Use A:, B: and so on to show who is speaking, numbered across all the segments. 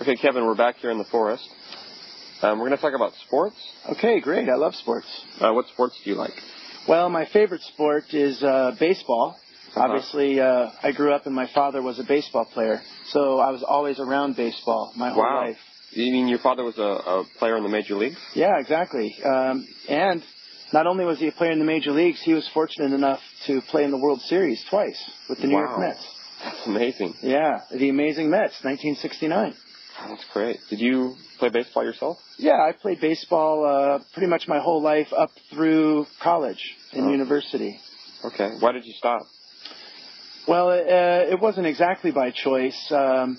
A: Okay, Kevin, we're back here in the forest. Um, we're going to talk about sports.
B: Okay, great. I love sports.
A: Uh, what sports do you like?
B: Well, my favorite sport is uh, baseball.
A: Uh-huh.
B: Obviously, uh, I grew up and my father was a baseball player, so I was always around baseball my whole
A: Wow.
B: life.
A: You mean your father was a, a player in the major leagues?
B: Yeah, exactly. Um, and not only was he a player in the major leagues, he was fortunate enough to play in the World Series twice with the New York
A: Wow.
B: Mets.
A: That's amazing.
B: Yeah, the amazing Mets, 1969.
A: That's great. Did you play baseball yourself?
B: Yeah, I played baseball uh, pretty much my whole life up through college and
A: Oh.
B: university.
A: Okay. Why did you stop?
B: Well, uh, it wasn't exactly by choice. Um,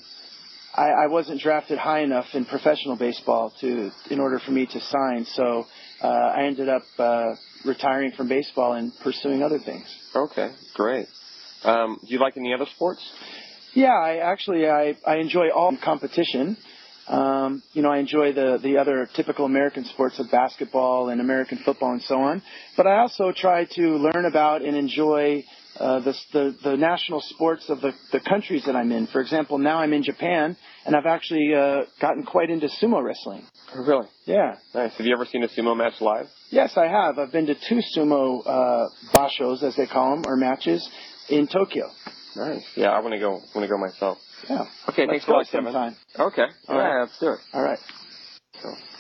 B: I, I wasn't drafted high enough in professional baseball to, in order for me to sign. So uh, I ended up uh, retiring from baseball and pursuing other things.
A: Okay, great. Um, do you like any other sports?
B: Yeah, I actually I, I enjoy all competition. Um, you know, I enjoy the the other typical American sports of basketball and American football and so on. But I also try to learn about and enjoy uh, the, the the national sports of the the countries that I'm in. For example, now I'm in Japan, and I've actually uh, gotten quite into sumo wrestling.
A: Really?
B: Yeah.
A: Nice. Have you ever seen a sumo match live?
B: Yes, I have. I've been to two sumo uh, bashos, as they call them, or matches, in Tokyo.
A: Nice. Yeah, I want to go. Want to go myself.
B: Yeah.
A: Okay, thanks
B: Let's
A: a
B: go
A: lot, Kevin.
B: sometime.
A: Okay.
B: All
A: yeah,
B: right.
A: let's do it.
B: All right.
A: So.